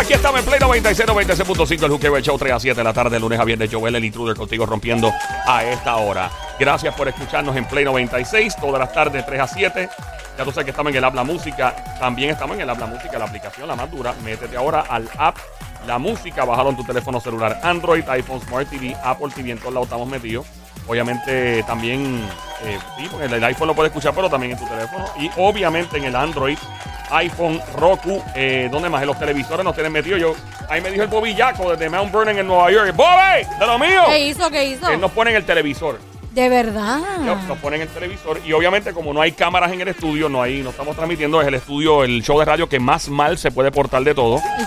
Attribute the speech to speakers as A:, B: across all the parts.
A: Aquí estamos en Play 96, 96.5, el Juqueo el Show 3 a 7 de la tarde, lunes a viernes. Joel, el intruder, contigo rompiendo a esta hora. Gracias por escucharnos en Play 96, todas las tardes 3 a 7. Ya tú sabes que estamos en el App La Música. También estamos en el App La Música, la aplicación la más dura. Métete ahora al App La Música. Bájalo en tu teléfono celular Android, iPhone, Smart TV, Apple TV. En todos lados estamos metidos. Obviamente también, eh, sí, porque en el iPhone lo puedes escuchar, pero también en tu teléfono. Y obviamente en el Android iPhone, Roku, eh, ¿dónde más? En los televisores nos tienen metido. Yo, ahí me dijo el Bobillaco desde Mount Vernon en Nueva York. ¡Bobby! ¡De lo mío!
B: ¿Qué hizo? ¿Qué hizo?
A: Él nos pone en el televisor.
B: De verdad.
A: Nos, nos pone en el televisor. Y obviamente, como no hay cámaras en el estudio, no hay, no estamos transmitiendo, es el estudio, el show de radio que más mal se puede portar de todo.
B: El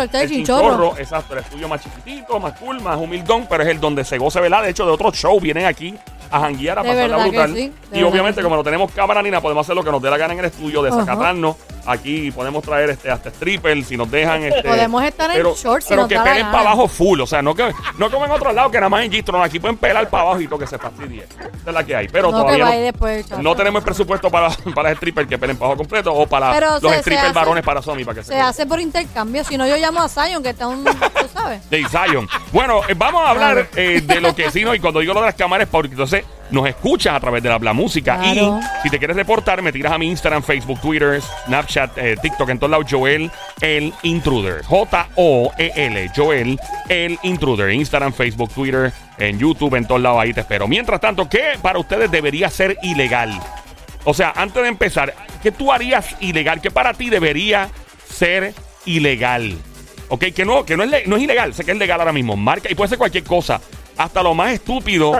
A: Bueno,
B: este el té chinchorro.
A: Exacto, el estudio más chiquitito, más cool, más humildón, pero es el donde se goza, ¿verdad? De hecho, de otros shows vienen aquí a janguear, a
B: De
A: pasarla
B: verdad que
A: brutal.
B: sí, de
A: y
B: verdad
A: obviamente,
B: que sí.
A: como no tenemos cámara ni nada, podemos hacer lo que nos dé la gana en el estudio, desacatarnos. Aquí podemos traer este hasta stripper si nos dejan. Este,
B: Podemos estar en
A: pero,
B: shorts si
A: Pero
B: nos
A: que
B: da la
A: pelen
B: gana.
A: para abajo Oh, full. O sea, no, que, no como en otros lados que nada más en Gistron. Aquí pueden pelar para abajo y todo que se fastidie. Esa es la que hay. Pero
B: No te
A: todavía
B: vayas después, chacho.
A: no tenemos el presupuesto para, para el stripper que pelen para abajo completo o para
B: Pero
A: los
B: se- se
A: strippers
B: hace-
A: varones para Sony para que se,
B: Se hace por intercambio. Si no, yo llamo a Zion, que está un. ¿Tú sabes?
A: de Zion. Bueno, eh, vamos a hablar eh, de lo que sí, ¿no? Y cuando digo lo de las cámaras, porque entonces nos escuchas a través de la, la música.
B: Claro.
A: Y si te quieres reportar, me tiras a mi Instagram, Facebook, Twitter, Snapchat, eh, TikTok, en todos lados, Joel el Intruder. J-O-E-L, Joel el Intruder. Instagram, Facebook, Twitter, en YouTube, en todos lados, ahí te espero. Mientras tanto, ¿qué para ustedes debería ser ilegal? O sea, antes de empezar, ¿qué tú harías ilegal? ¿Qué para ti debería ser ilegal? Ok, que no, que no es, le- no es ilegal, sé que es legal ahora mismo. Marca, y puede ser cualquier cosa. Hasta lo más estúpido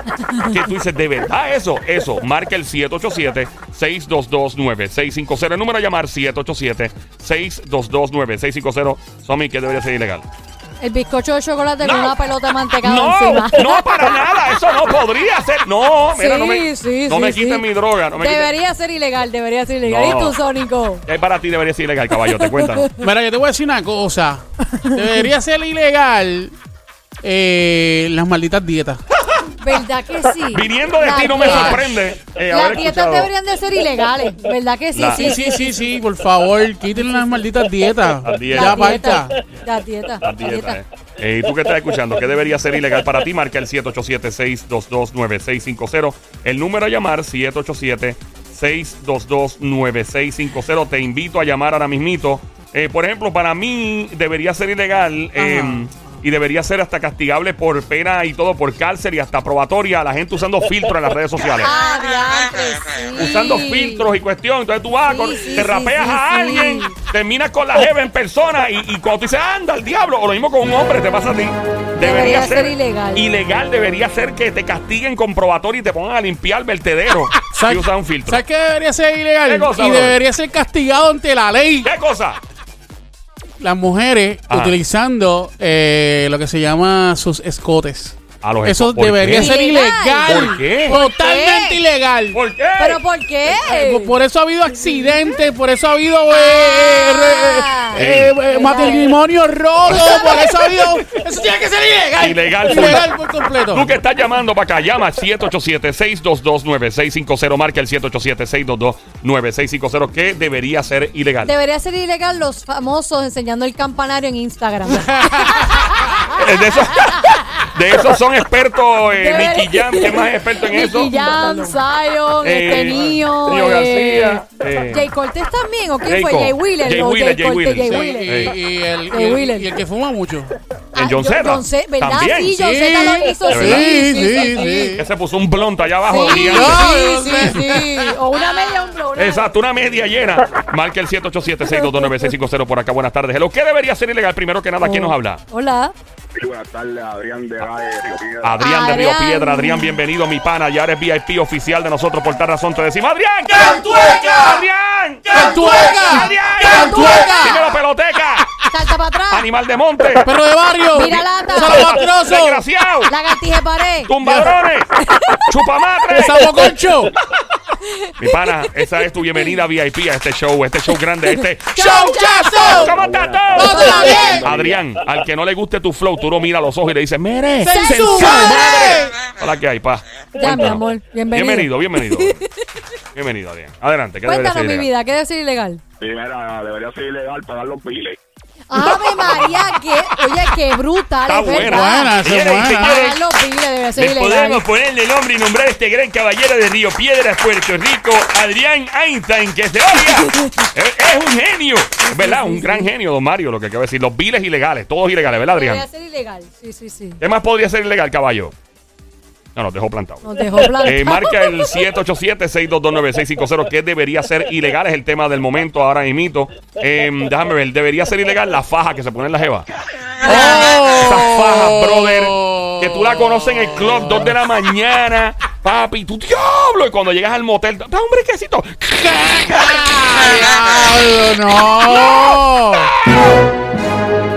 A: que tú dices, de verdad eso, eso. Marca el 787-622-9650. El número a llamar 787-622-9650. Somi, ¿qué debería ser ilegal?
B: El bizcocho de chocolate
A: No.
B: con una pelota de mantecado
A: No,
B: encima.
A: no, para nada. Eso no podría ser. No, mira, no me,
B: Sí, sí,
A: no
B: sí,
A: me
B: sí.
A: quiten mi droga. No me quiten-
B: Debería ser ilegal, debería ser ilegal.
A: No.
B: ¿Y tú, Sónico?
A: ¿Qué para ti debería ser ilegal, caballo? Te cuentan.
C: Mira, yo te voy a decir una cosa. Debería ser ilegal eh, las malditas dietas.
B: ¿Verdad que sí?
A: Viniendo de
B: Las
A: ti no me
B: dietas-
A: sorprende. eh,
B: Las
A: haber
B: dietas
A: escuchado.
B: deberían de ser ilegales, ¿verdad que sí?
A: La-
C: Sí, sí, sí, sí, por favor, quiten las malditas dietas.
A: Las dietas.
C: Ya
B: Las dietas,
C: basta.
B: las
A: Las
B: dietas, las
A: dietas, eh.
B: dietas.
A: Eh, ¿Y tú qué estás escuchando? ¿Qué debería ser ilegal para ti? Marca el 787-622-9650. El número a llamar, 787-622-9650. Te invito a llamar ahora mismito. Eh, por ejemplo, para mí debería ser ilegal eh,
C: Ajá.
A: y debería ser hasta castigable por pena y todo, por cárcel y hasta probatoria a la gente usando filtros en las redes sociales.
B: Ah, diantre, sí.
A: usando filtros y cuestión. Entonces tú vas,
B: Sí,
A: con-
B: sí,
A: te
B: sí,
A: rapeas
B: sí,
A: a
B: sí.
A: alguien, terminas con la jeva en persona y, y cuando tú dices, anda al diablo, o lo mismo con un hombre, te pasa a ti.
B: Debería ser ilegal.
A: Ilegal debería ser que te castiguen con probatorio y te pongan a limpiar vertedero si usas un filtro.
C: ¿Sabes qué debería ser
A: ¿Qué
C: ilegal?
A: cosa,
C: y
A: bro?
C: debería ser castigado ante la ley.
A: ¿Qué cosa?
C: Las mujeres
A: Ajá.
C: utilizando eh, lo que se llama sus escotes.
A: A los
C: Eso
A: esco- ¿por
C: debería
A: qué?
C: ser
B: ¿Ilegal?
C: ilegal.
A: ¿Por qué?
C: Totalmente
B: qué?
C: ilegal.
A: ¿Por qué?
B: ¿Pero por qué?
A: Eh,
C: Por- Por eso ha habido accidentes, por eso ha habido eh,
B: Ah.
C: re- eh, eh, eh, matrimonio roto, por eso ha habido. Eso tiene que ser ilegal.
A: Ilegal.
C: Ilegal por completo.
A: Tú que estás llamando para acá, llama 787-622-9650, marca el 787-622-9650, que debería ser ilegal.
B: Debería ser ilegal los famosos enseñando el campanario en Instagram.
A: Eh, De esos, de esos son expertos, eh,
B: Debería-
A: Nicky Jam, que es más experto en eso.
B: Nicky Jam, Zion,
A: Eh,
B: este Nio,
A: Nio
B: eh,
A: García, eh.
B: Jay Cortés también, ¿o quién
A: Jay
B: fue?
A: Col-
B: Jay Wheeler.
A: Jay
B: no,
A: Wheeler, Jay
B: Cortés,
A: Wheeler,
C: Sí,
B: Jay
A: sí. Eh,
B: Wheeler.
C: y, y el,
B: De
C: y el-
B: Wheeler.
C: y el que fuma mucho.
A: En John
B: Ah,
A: Cena.
B: John Ce- ¿Verdad?
A: También.
B: Sí, John
C: Sí,
B: Cena lo hizo.
A: de verdad.
B: Sí, sí,
C: Sí,
B: sí.
C: sí,
B: sí.
A: Que se puso un blonto allá abajo.
B: Sí,
A: gigante.
C: No,
B: sí,
C: yo
B: sí, sí. O una media, un blog. una-
A: Exacto, una media llena. Marca el 787-622-9650 por acá. Buenas tardes. Hello, ¿qué debería ser ilegal? Primero que nada, ¿quién
B: Oh.
A: nos habla?
B: Hola.
D: Sí, buenas tardes, Adrián de Gae, Río Piedra.
A: Adrián de Río
B: Adrián.
A: Piedra. Adrián, bienvenido, mi pana. Ya eres VIP oficial de nosotros. Por tal razón te decimos, ¡Adrián! ¡Cantueca! ¡Adrián!
C: ¡Cantueca!
A: ¡Adrián!
C: ¡Cantueca!
A: ¡Dímelo, peloteca!
B: Salta para atrás.
A: ¡Animal de monte!
C: Perro de barrio.
B: Mira lata.
C: Salvatroso.
A: ¡Desgraciado!
B: Lagartija de pared.
A: ¡Tumbadrones! ¡Chupamadre!
C: Salvoconcho.
A: Mi pana, esa es tu bienvenida VIP a este show, este show grande, este
C: Show
A: ¿Cómo estás tú?
C: Pásala bien.
A: Adrián, al que no le guste tu flow, tú lo miras a los ojos y le dices, ¡Mere!
C: ¡Se su madre!
A: Hola, ¿qué hay, pa?
B: Ya, mi
A: Cuéntanos.
B: amor. Bienvenido.
A: Bienvenido, bienvenido. Bienvenido, Adrián. Adelante, ¿qué debería
B: Cuéntanos
A: ser
B: mi
A: ilegal?
B: vida, ¿qué debe ser ilegal?
D: Primera, debería ser ilegal pagar los biles.
B: ¡Ave María! ¡Qué, oye, qué brutal!
A: Está ¿eh?
B: es
A: buena.
B: verdad.
C: Buena, se
A: Señoras y
C: buena.
A: señores,
B: Pagar los biles debe
A: Le
B: ser
A: podemos
B: ilegal.
A: ponerle nombre y nombrar a este gran caballero de Río Piedras, Puerto Rico, Adrián Einstein, que se oiga. es, es un genio, ¿verdad? Un gran genio, don Mario, lo que acaba de decir. Los biles ilegales, todos ilegales, ¿verdad,
B: Debe
A: Adrián?
B: ser ilegal. Sí, sí, sí.
A: ¿Qué más podría ser ilegal, caballo? No, nos dejó plantado.
B: Nos dejó plantado.
A: Eh, marca el 787-622-9650. ¿Qué debería ser ilegal? Es el tema del momento ahora imito. déjame ver, ¿debería ser ilegal la faja que se pone en la jeva? Esa faja, brother, que tú la conoces en el club, 2 de la mañana, papi, tú diablo. Y cuando llegas al motel, da un brequecito.
C: ¡Diablo, no!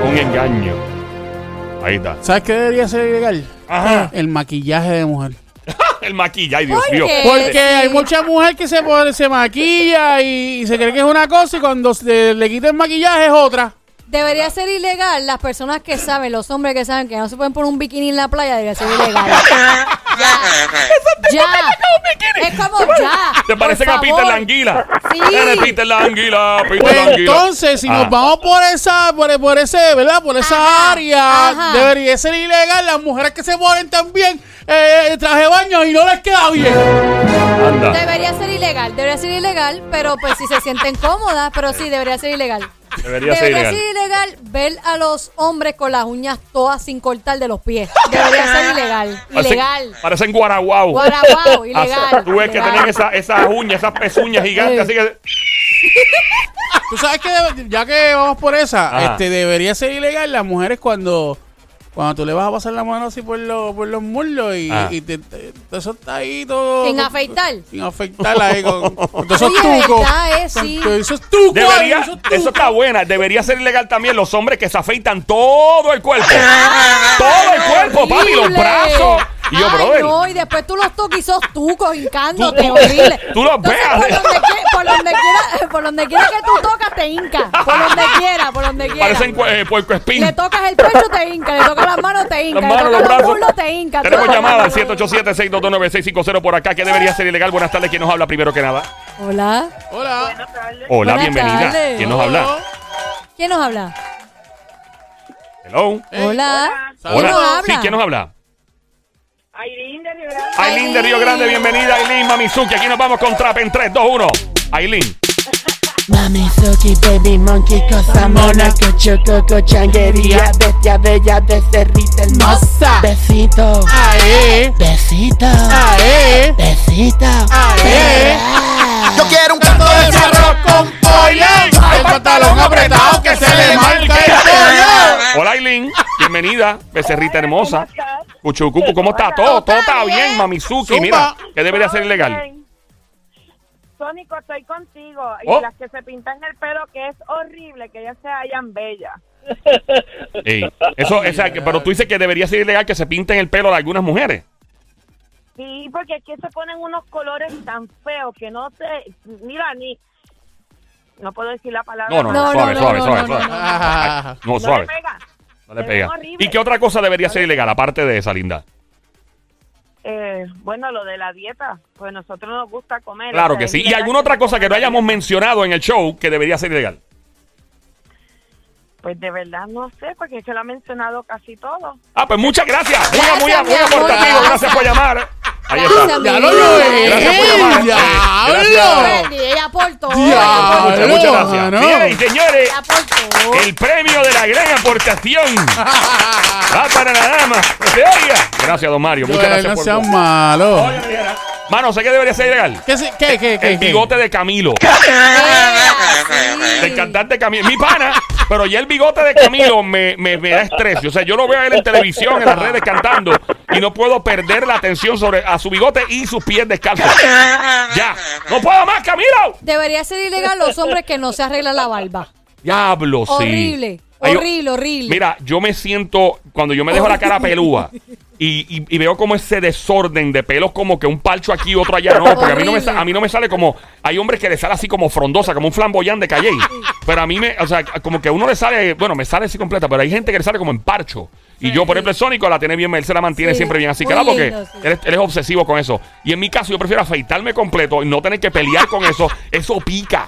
A: Un engaño. Ahí está.
C: ¿Sabes qué debería ser ilegal?
A: Ajá.
C: El maquillaje de mujer.
A: El maquillaje, ay, Dios
B: ¿Por
A: mío.
B: qué?
C: Porque
B: Eh, sí.
C: hay mucha mujer que se pone- se maquilla y, y se cree que es una cosa y cuando se le quita el maquillaje es otra.
B: Debería ser ilegal las personas que saben, los hombres que saben que no se pueden poner un bikini en la playa, debería ser ilegal. ya.
A: bikini.
B: Es como ya.
A: Te parece
B: por
A: a Peter
B: favor.
A: la anguila.
B: Sí.
A: Eres Peter la anguila, Peter
C: Pues
A: la anguila.
C: entonces, si
A: Ah.
C: nos vamos por esa, por, por ese, ¿verdad? Por esa
B: Ajá,
C: área,
B: ajá.
C: debería ser ilegal las mujeres que se ponen también eh, eh, traje de baño y no les queda bien.
A: Anda.
B: Debería ser ilegal, debería ser ilegal, pero pues si se sienten cómodas, pero sí, debería ser ilegal.
A: Debería ser ilegal.
B: ilegal ver a los hombres con las uñas todas sin cortar de los pies. Debería ser ilegal.
A: Parecen-
B: Ilegal.
A: Parecen guaraguau.
B: Guaraguao,
A: Ah,
B: ilegal.
A: Tú ves que
B: ilegal.
A: tienen esa- esas uñas, esas pezuñas gigantes, así que...
C: Tú sabes que, debe- ya que vamos por esa,
A: Ajá.
C: este debería ser ilegal las mujeres cuando cuando tú le vas a pasar la mano así por, los por los muslos y,
A: Ah.
C: y te, te- eso está ahí todo.
B: Sin afeitar.
C: Sin afeitarla ahí con, con todos esos
B: Oye,
C: tucos.
B: ¿verdad? Eh, sí.
C: Con esos tucos.
A: Debería,
C: ahí, esos tucos.
A: eso está buena. Debería ser ilegal también los hombres que se afeitan todo el cuerpo. todo el cuerpo, papi, los
B: Ah, Horrible.
A: brazos. Y yo,
B: Ay,
A: brother.
B: No, y después tú los toques y sos tucos hincándote,
A: Tú-
B: horrible.
A: tú los
B: Entonces,
A: veas.
B: Por donde, quie- por, donde quiera, por donde quiera que tú tocas, te hinca. Por donde quiera, por donde quiera.
A: Parecen cue- eh, puerco espín.
B: Le tocas el pecho, te hinca. Le tocas las manos, te hinca.
A: Las manos,
B: le
A: los
B: tocas
A: brazos.
B: muslos, te hinca.
A: Tenemos
B: Todo.
A: llamada al 787-622-9650 por acá. que
B: Ah.
A: debería ser ilegal? Buenas tardes. ¿Quién nos habla primero que nada?
B: Hola.
C: Hola.
A: Hola,
B: Buenas
A: bienvenida.
B: tardes.
A: ¿Quién nos habla?
B: ¿Quién nos habla?
A: Hello.
C: Hey.
B: Hola.
C: ¿Quién
A: Hola.
B: nos habla?
A: Sí, ¿quién nos habla?
E: Aileen de Río Grande.
A: Aileen de Río Grande, bienvenida. Aileen Mamizuki. Aquí nos vamos con Trap en 3, 2, 1. Aileen.
F: Mami Suki, baby monkey, cosa mona, cocho, coco, changuería, bestia bella de cerrita hermosa. Besito,
C: Ae,
F: besito,
C: ae,
F: besito.
C: ae.
F: Ah.
G: Yo quiero un canto de
C: Ese arroz con pollo, el pantalón apretado que se le marca el pollo.
A: Hola, Aileen. Bienvenida. Becerrita hermosa.
E: ¿cómo estás?
A: Cuchucucu, ¿cómo está? Todo, todo está bien, Mamizuki.
C: Zumba.
A: Mira, que debería ser
E: Muy
A: ilegal.
E: bien. Sónico, estoy contigo.
A: Oh.
E: Y las que se pintan el pelo, que es horrible, que ellas se hayan bellas.
A: Ey, Eso, o sea, que- pero tú dices que debería ser ilegal que se pinten el pelo de algunas mujeres.
E: Sí, porque aquí se ponen unos colores tan feos que no se... Mira, ni... No puedo decir la palabra.
A: No, no, no,
B: No,
A: suave,
B: no,
A: suave,
B: no,
A: suave,
B: no,
A: suave.
B: no, no.
C: Ah,
A: No,
E: No le
A: suave.
E: pega.
A: No le
E: Es
A: pega.
E: horrible.
A: ¿Y qué otra cosa debería ser ilegal, aparte de esa, linda?
E: Eh, bueno, lo de la dieta, pues nosotros nos gusta comer.
A: Claro
E: o sea,
A: que
E: es
A: sí. ¿Y
E: ilegal
A: alguna otra
E: se
A: cosa que no
E: coma
A: hayamos
E: dieta.
A: mencionado en el show que debería ser ilegal?
E: Pues de verdad no sé, porque se lo ha mencionado casi todo.
A: Ah, pues muchas gracias. Muy, muy,
B: Gracias,
A: muy
B: mi amor,
A: aportativo.
B: gracias.
A: Gracias por llamar. Ahí está.
B: Gracias, mi
C: Ya lo
B: vida.
C: logré.
A: Gracias por llamar.
C: Diablo.
A: Gracias.
B: Wendy, Ella aportó.
C: Diablo.
B: Ella
A: Muchas, muchas gracias.
C: no.
A: Bien, y señores,
B: aportó.
A: el premio de la gran aportación va para la dama. Que se oiga. Gracias, don Mario. Muchas
C: Joel,
A: gracias
C: No
A: por
C: seas malo.
A: Oye, Mariana. Mano, sé que debería ser ilegal.
C: ¿Qué, se- qué, qué, qué?
A: El
C: qué?
A: bigote de Camilo.
B: Sí.
A: El cantante Camilo. Mi pana. Pero ya el bigote de Camilo me, me- me da estrés. O sea, yo lo veo a él en televisión, en las redes cantando. Y no puedo perder la atención sobre a su bigote y sus pies descalzos. Ya. No puedo más, Camilo.
B: Debería ser ilegal los hombres que no se arreglan la barba.
A: Diablo, sí.
B: Horrible,
A: Ay, yo-
B: horrible, horrible.
A: Mira, yo me siento, cuando yo me dejo la cara pelúa y, y- y veo como ese desorden de pelos, como que un palcho aquí, otro allá, no, porque a mí no, me, sa-
B: Horrible.
A: a mí no me sale como, hay hombres que le sale así como frondosa, como un flamboyán de calle, pero a mí me, o sea, como que uno le sale, bueno, me sale así completa, pero hay gente que le sale como en parcho. Y yo, por ejemplo, el Sónico la tiene bien, él se la mantiene
B: Sí,
A: siempre bien así,
B: muy
A: claro, porque
B: lindo, sí.
A: él, es- él es obsesivo con eso. Y en mi caso, yo prefiero afeitarme completo y no tener que pelear con eso. Eso pica.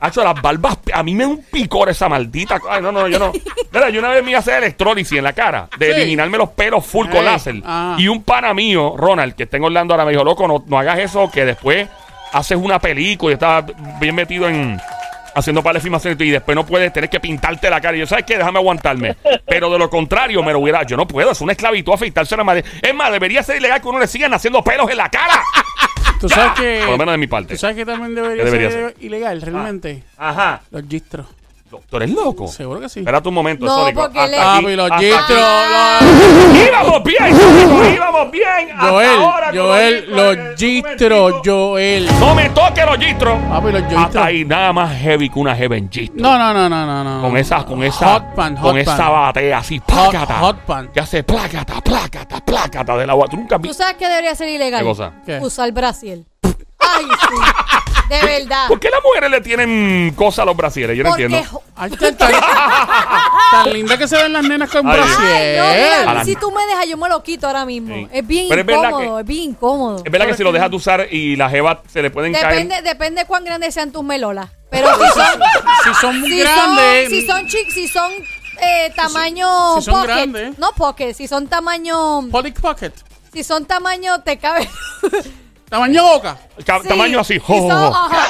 A: Hacho, las barbas, a mí me da un picor esa maldita. Ay, no, no, yo no. Mira, yo una vez me iba a hacer electrólisis en la cara, de
C: Sí.
A: eliminarme los pelos full con
C: Ey,
A: láser.
C: ah.
A: Y un pana mío, Ronald, que está en Orlando ahora, me dijo, loco, no, no hagas eso, que después haces una película y estás bien metido en haciendo para filmaciones y después no puedes tener que pintarte la cara. Y yo, ¿sabes qué? Déjame aguantarme. Pero de lo contrario, me lo hubiera. Yo no puedo, es una esclavitud afeitarse la madre. Es más, debería ser ilegal que uno le sigan haciendo pelos en la cara.
C: Tú sabes que.
A: Ah, Por lo menos de mi parte.
C: Tú sabes que también debería,
A: ¿Qué debería Ah.
C: ser, ilegal, realmente.
A: Ajá.
C: Los gistros.
A: Doctor, ¿es loco?
C: Seguro que sí.
A: Espérate un momento.
B: No,
A: eso digo,
B: porque
A: hasta
B: le-
A: aquí,
C: Papi, los
A: hasta
C: gistros.
B: Ah.
C: los-
A: aquí. Íbamos bien, chicos, íbamos bien. Hasta ahora
C: Joel,
A: con
C: Joel, los gistros,
A: yo.
C: Joel.
A: No me toques los gistros.
C: Papi, los
A: Hasta
C: gistros.
A: ahí, nada más heavy que una heaven gistro.
C: No, no, no, no, no, no.
A: Con esa, con esa,
C: Hot pan, hot
A: con esa
C: pan.
A: batea así, plácata.
C: hot pan.
A: Que hace plácata, plácata, plácata del agua. Tú nunca has
B: ¿Tú
A: visto.
B: sabes qué debería ser ilegal?
A: ¿Qué cosa?
C: ¿Qué?
B: Usar Brasil. Ay, sí. De verdad.
A: ¿Por qué las mujeres le tienen cosas a los brasileños? Yo no
B: Porque
A: entiendo.
B: jo-
C: Ay, tan, tan, tan linda que se ven las nenas con
A: Ay,
C: brasier.
B: Ay, no, mira,
A: Alan.
B: si tú me dejas, yo me lo quito ahora mismo.
A: Sí.
B: Es bien
A: Pero es verdad
B: incómodo,
A: que-
B: es bien incómodo.
A: Es verdad que si lo dejas de usar y la jeva se le pueden
B: Depende,
A: caer.
B: depende cuán grandes sean tus melolas. Pero si son,
C: si son muy
B: si
C: grandes.
B: son, si son chi- si son eh, tamaño
C: si son
B: pocket,
C: grandes.
B: no pocket, si son tamaño,
C: Pocket pocket.
B: si son tamaño te cabe.
C: Tamaño boca.
A: ca-
B: Sí.
A: Ah, Tamaño así.
B: Si
A: jo, jo,
B: son,
A: jo.
B: ajá,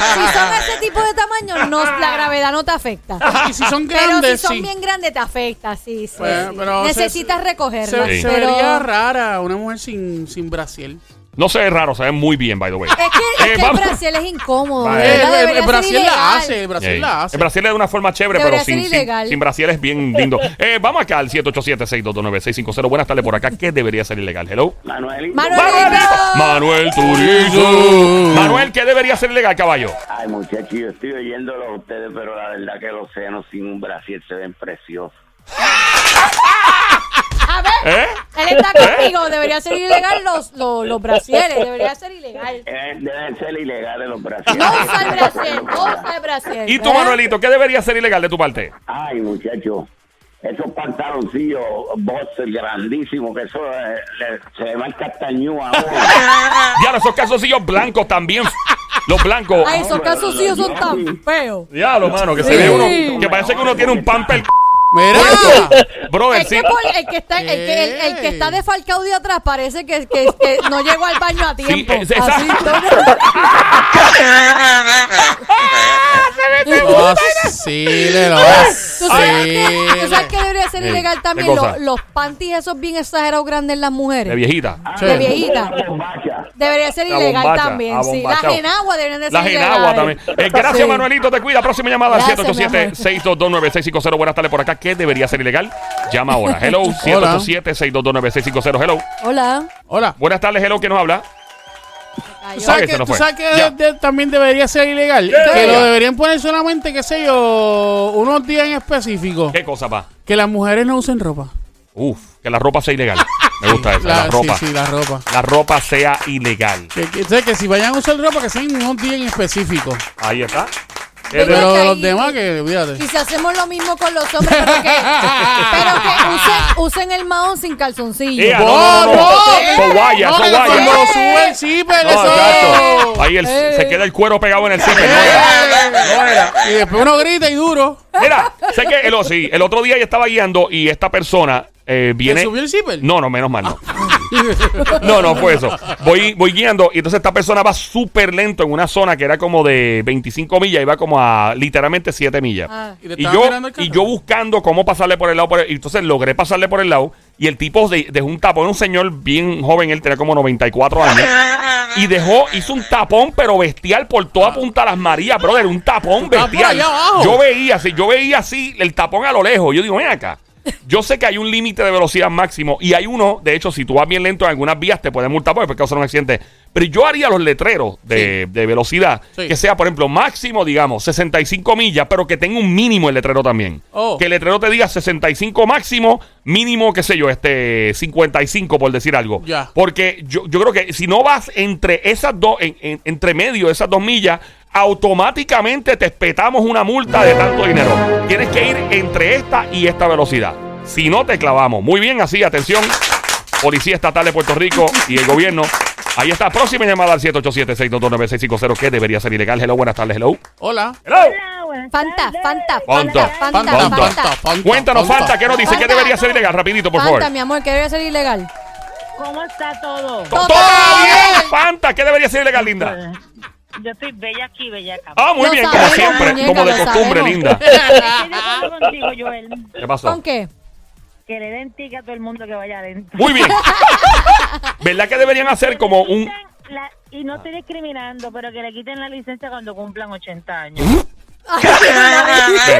B: si son- si son ese tipo de tamaño, no, la gravedad no te afecta.
C: Y si son
B: Pero si
C: grandes,
B: son
C: sí.
B: bien grandes te afecta, sí, sí.
C: Bueno,
B: sí.
C: pero se-
B: Necesitas
C: se-
B: recogerla.
C: Se, se
B: pero-
C: vería rara una mujer sin, sin brasier.
A: No se ve raro, se ve muy bien, by the way.
B: Es que,
A: Eh,
B: es que el
A: vamos.
B: Brasil es incómodo.
A: Vale.
B: de verdad,
C: El- el-
B: debería
C: el
B: ser
C: brasier Eh, la
B: ilegal.
C: hace, el brasier
A: Ey.
C: la hace.
A: En Brasil Eh, es de una forma chévere, pero
B: Debería ser
A: sin, sin,
B: ilegal.
A: sin Brasil es bien lindo. Eh, vamos acá al 787-622-9650. Buenas tardes por acá. ¿Qué debería ser ilegal? Hello.
D: Manuelito.
B: Manuel-
A: Manuelito. Manuel Turizo. Manuel, ¿qué debería ser ilegal, caballo?
D: Ay, muchachos, yo estoy oyéndolo a ustedes, pero la verdad que los senos sin un brasier se ven preciosos.
B: A ver,
A: ¿Eh?
B: él está conmigo. Debería ser ilegal los, los, los brasieres. Debería ser ilegal.
D: Eh, deben ser ilegales los brasieres.
B: No usa el brasier, no usa el brasier.
A: ¿Y tú,
B: ¿verdad?
A: Manuelito, qué debería ser ilegal de tu parte?
D: Ay, muchachos, esos pantaloncillos, boxer grandísimos, que eso eh, le- se le marca hasta ñu a uno.
A: Y ahora esos calzoncillos blancos también. Los blancos.
B: Ay, Ah, esos casos sí son tan feos.
A: Diablo, mano, que se
B: Sí.
A: ve uno. Que parece que uno tiene un pamper.
C: Mira.
A: Brother,
B: El
A: Pues sí.
B: que, pol- el que está, el que, el, el que está defalcado de atrás parece que, que, que no llegó al baño a tiempo.
A: es- esa-
B: Así,
C: Lo vacile, lo
B: ¿Tú sabes, que, tú sabes que
C: vacile.
B: debería ser
A: Sí.
B: ilegal
A: ¿Qué
B: también
A: cosa?
B: los, los panties esos bien exagerados grandes en las mujeres?
A: De viejita.
B: De viejita.
D: Bacha.
B: Debería ser
A: La
B: ilegal
A: bombacha, la
B: también, sí. Las
A: bombacha.
B: enaguas deberían de ser
A: La Genagua
B: ilegales.
A: también. Eh, gracias,
B: Sí.
A: Manuelito. Te cuida. Próxima llamada al
B: Gracias, mi
A: 787-622-9650. Buenas tardes por acá. ¿Qué debería ser ilegal? Llama ahora. Hello, 787-622-9650. Hello.
B: Hola.
C: Hola.
A: Buenas tardes, hello. ¿Quién nos habla?
C: ¿Tú
A: Ah,
C: sabes
A: ese
C: que,
A: no
C: tú
A: fue.
C: sabes que
A: Ya.
C: de- de- también debería ser ilegal?
A: Yeah.
C: Que lo deberían poner solamente, qué sé yo, unos días en específico.
A: ¿Qué cosa, pa?
C: Que las mujeres no usen ropa.
A: Uf, que la ropa sea ilegal. Me gusta eso, la,
C: sí,
A: ropa.
C: Sí, la ropa.
A: La ropa sea ilegal.
C: Que, que- o sea, que si vayan a usar ropa, que sean unos días en específico.
A: Ahí está. ¿Qué de-
B: Yo creo
C: Pero
B: que
C: los
B: ahí-
C: demás, que
B: Y
C: fíjate.
B: si hacemos lo mismo con los hombres, pero que, pero que usen, usen el maón sin calzoncillo.
A: Ea, Ah, no, no, no, no.
C: no,
A: Son guayas,
C: No,
A: son
C: que cuando lo
A: guayas.
C: suben, sí, pero
A: No,
C: eso.
A: exacto. Ahí el-
B: Eh.
A: se queda el cuero pegado en el zipper. no era.
C: Eh. No era. Y después uno grita y duro.
A: Mira, sé que el, sí, el otro día yo estaba guiando y esta persona eh, viene.
C: ¿Te subió el zipper?
A: No, no, menos mal. No, no, no fue eso. Voy, voy guiando y entonces esta persona va súper lento en una zona que era como de 25 millas y va como a literalmente 7 millas.
B: Ah.
C: Y te
A: Y
C: estaba
A: yo,
C: mirando el carro.
A: y yo buscando cómo pasarle por el lado. por el- y entonces logré pasarle por el lado y el tipo de- dejó un tapón. Era un señor bien joven, él tenía como 94 años. Y dejó, hizo un tapón, pero bestial por toda punta las Marías, brother. Un tapón
C: Ah. tapón
A: bestial.
C: allá abajo.
A: Yo veía así, yo veía así el tapón a lo lejos. Yo digo, ven acá. Yo sé que hay un límite de velocidad máximo y hay uno, de hecho, si tú vas bien lento en algunas vías te pueden multar porque puede causar un accidente. Pero yo haría los letreros de, de velocidad
C: Sí.
A: que sea, por ejemplo, máximo, digamos, 65 millas, pero que tenga un mínimo el letrero también.
C: Oh.
A: Que el letrero te diga 65 máximo, mínimo, qué sé yo, este 55 por decir algo.
C: Ya.
A: Porque yo, yo creo que si no vas entre esas dos, en- en- entre medio de esas dos millas, automáticamente te espetamos una multa de tanto dinero. Tienes que ir entre esta y esta velocidad. Si no, te clavamos. Muy bien, así, atención. Policía Estatal de Puerto Rico y el gobierno. Ahí está, próxima llamada al 787-622-9650, que debería ser ilegal. Hello, buenas tardes, hello.
C: Hola.
A: Hello.
E: buenas
B: Fanta,
E: tardes.
B: Fanta,
A: Fanta,
B: Fanta,
A: Fanta,
B: Fanta,
A: Fanta.
B: Fanta.
A: Cuéntanos, Fanta, ¿qué nos dice? ¿Qué
B: Fanta.
A: debería ser ilegal? Rapidito, por favor.
B: Fanta, mi amor, ¿qué debería ser ilegal?
E: ¿Cómo está todo?
A: ¡Todo
B: Todo
A: bien!
B: bien.
A: ¡Fanta! ¿Qué debería ser ilegal, linda?
E: Pues, Yo estoy bella aquí, bella acá.
A: Ah, muy
B: Lo
A: bien, como
B: sabemos,
A: siempre,
B: muñeca,
A: como de
B: lo
A: costumbre,
B: sabemos.
A: linda.
E: Estoy de
A: ah,
E: acuerdo contigo, Joel.
A: ¿Qué pasó?
B: ¿Con qué?
E: Que le den tica a todo el mundo que vaya adentro.
A: Muy bien. ¿Verdad que deberían hacer como
E: Que le
A: un...
E: quiten la- y no estoy discriminando, pero que le quiten la licencia cuando cumplan 80 años.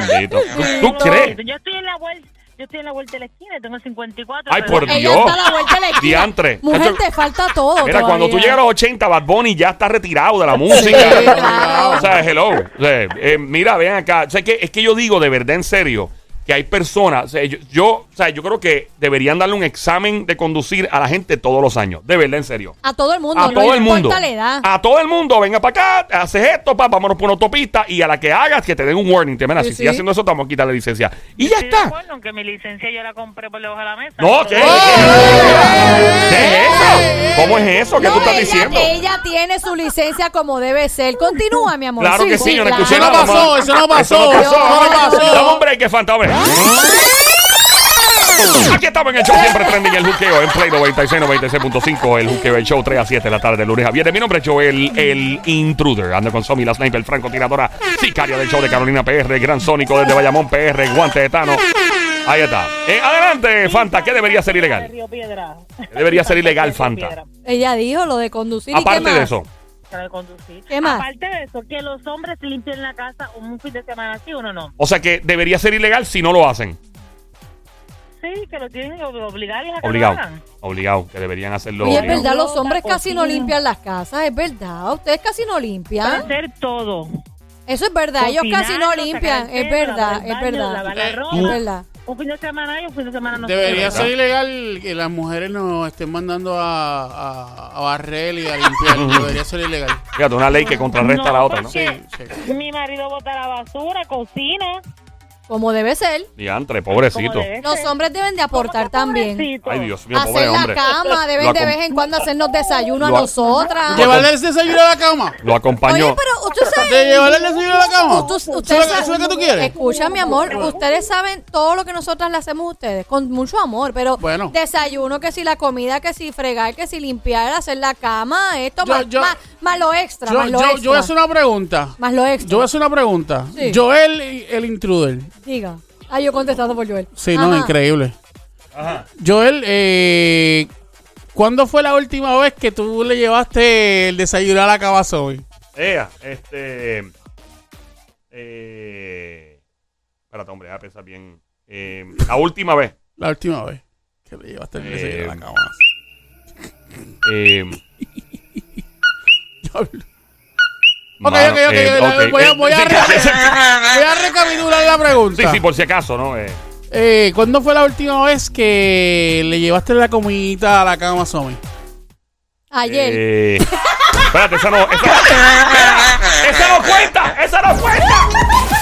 A: Bendito. ¿Tú- ¿Tú crees?
E: Yo estoy en la vuelta, yo estoy en la vuelta de la esquina, tengo 54.
A: Ay,
E: pero-
A: por
B: Ella
A: Dios.
B: está a la vuelta de la esquina.
A: Diantre.
B: Mujer,
A: Esto-
B: te falta todo.
A: Mira, cuando tú
B: todavía.
A: llegas a los 80, Bad Bunny ya está retirado de la música.
B: claro.
A: O sea, hello. O sea, eh, mira, ven acá. O sea, que, es que yo digo de verdad, en serio, que hay personas. o sea, yo, yo, o sea, yo creo que deberían darle un examen de conducir a la gente todos los años. De verdad, en serio.
B: A todo el mundo.
A: A
B: no
A: todo el
B: importa
A: mundo.
B: la edad.
A: A todo el mundo. Venga para acá, haces esto, pa, vámonos por una autopista y a la que hagas que te den un warning. Te mira,
B: Sí,
A: si
B: sí.
A: sigues haciendo eso, estamos quita la licencia. Y ya
E: Estoy de
A: está.
E: acuerdo, aunque mi licencia yo la compré por debajo de la mesa.
A: No, ¿qué?
E: Pero-
A: Ah, ¿Qué es eso? ¿Cómo es eso? ¿Qué
B: ¡Oh! No,
A: tú estás
B: ella,
A: diciendo?
B: ella tiene su licencia como debe ser. Continúa, mi amor.
A: Claro que sí, yo no escuché
C: Eso no
B: Pues claro.
A: nada
C: pasó,
A: más.
C: eso no pasó,
A: Eso no
B: eso no
A: pasó.
B: pasó.
A: Dame un break, Fanta, hombre. Aquí estamos en el show siempre trending el juqueo en Play 96, 96.5, el juqueo, el show 3 a 7 de la tarde, de lunes a viernes. Mi nombre es Joel, el intruder. Ando con Somi, la sniper, francotiradora, sicaria del show de Carolina PR, gran sónico desde Bayamón PR, guante de Tano. Ahí está. Eh, adelante, Fanta, ¿qué debería ser
E: De
A: ilegal?
E: Río Piedra.
A: ¿Qué debería ser ilegal,
E: Fanta.
A: Fanta?
B: Ella dijo lo de conducir y qué
A: Aparte
B: más.
A: de eso.
E: Para conducir.
B: ¿Qué más?
E: Aparte de eso, que los hombres limpien la casa un fin de semana, ¿sí o no? no?
A: O sea que debería ser ilegal si no lo hacen.
E: Sí, que lo tienen que obligar a que
A: Obligado.
E: lo hagan.
A: Obligado, que deberían hacerlo.
B: Oye, es
A: obligado.
B: verdad, los hombres
E: Cocina. ¿Eh?
B: casi no limpian las casas, es verdad. Ustedes casi no limpian.
E: Hacer todo.
B: Eso es verdad, ellos
E: Cocinar,
B: casi no
E: sacar el
B: limpian.
E: pelo,
B: Es verdad,
E: lavar el
B: es
E: baño, lavar la
B: verdad.
E: ropa.
B: Es verdad.
E: Un fin de semana y un fin de semana no se
C: Debería
E: puede.
C: ser ilegal que las mujeres nos estén mandando a, a, a barrer y a limpiar. Debería ser ilegal.
B: Ah.
A: Fíjate, una ley que contrarresta a la
E: No,
A: otra, ¿no?
E: porque-
C: Sí, sí.
E: Mi marido bota la basura, cocina.
B: Como debe ser.
A: Diantre, pobrecito.
E: como debe
B: Los
E: ser.
B: hombres deben de aportar también.
E: Pobrecito.
A: Ay, Dios mío, pobre
B: Hacer la
A: hombre.
B: cama,
A: Lo
B: deben de
A: acom-
B: vez en cuando hacernos desayuno a
A: Lo ac-
B: nosotras.
C: Llevarle el desayuno a la cama.
A: Lo acompañó.
B: Oye, pero usted
C: ¿Te
B: sabe.
C: llevarle el desayuno a la cama?
B: Usted-
C: ¿Eso es
B: usted
C: lo que-
B: sabe-
C: eso es lo que tú quieres?
B: Escucha, mi amor, ustedes saben todo lo que nosotras le hacemos a ustedes, con mucho amor, pero
C: Bueno.
B: desayuno, que si la comida, que si fregar, que si limpiar, hacer la cama, esto,
C: Yo-
B: más,
C: yo-
B: más- más lo extra,
C: Yo,
B: más lo
C: yo,
B: extra.
C: yo voy a hacer una pregunta.
B: Más lo extra.
C: Yo voy a hacer una pregunta.
B: Sí.
C: Joel, y el intruder.
B: Diga. Ah, yo contestando por Joel.
C: Sí, no,
B: Ajá.
C: increíble. Joel, eh, ¿cuándo fue la última vez que tú le llevaste el desayuno a la cama a Zoe?
A: Ea, este. Eh, espérate, hombre, voy a pensar bien. Eh, la última vez.
C: La última vez que le llevaste el desayuno a
A: Eh,
C: la cama.
A: Eh,
C: Diablo. Ok,
A: mano,
C: ok, ok.
A: eh, ok.
C: Voy a, voy a
A: Sí,
C: re-
A: sí,
C: voy a recapitular la pregunta.
A: Sí, sí, por si acaso, ¿no? Eh,
C: Eh, ¿Cuándo fue la última vez que le llevaste la comidita a la cama a Zoe?
B: Ayer.
A: eh, espérate, esa no. Esa, ¡Esa no cuenta! ¡Esa no cuenta!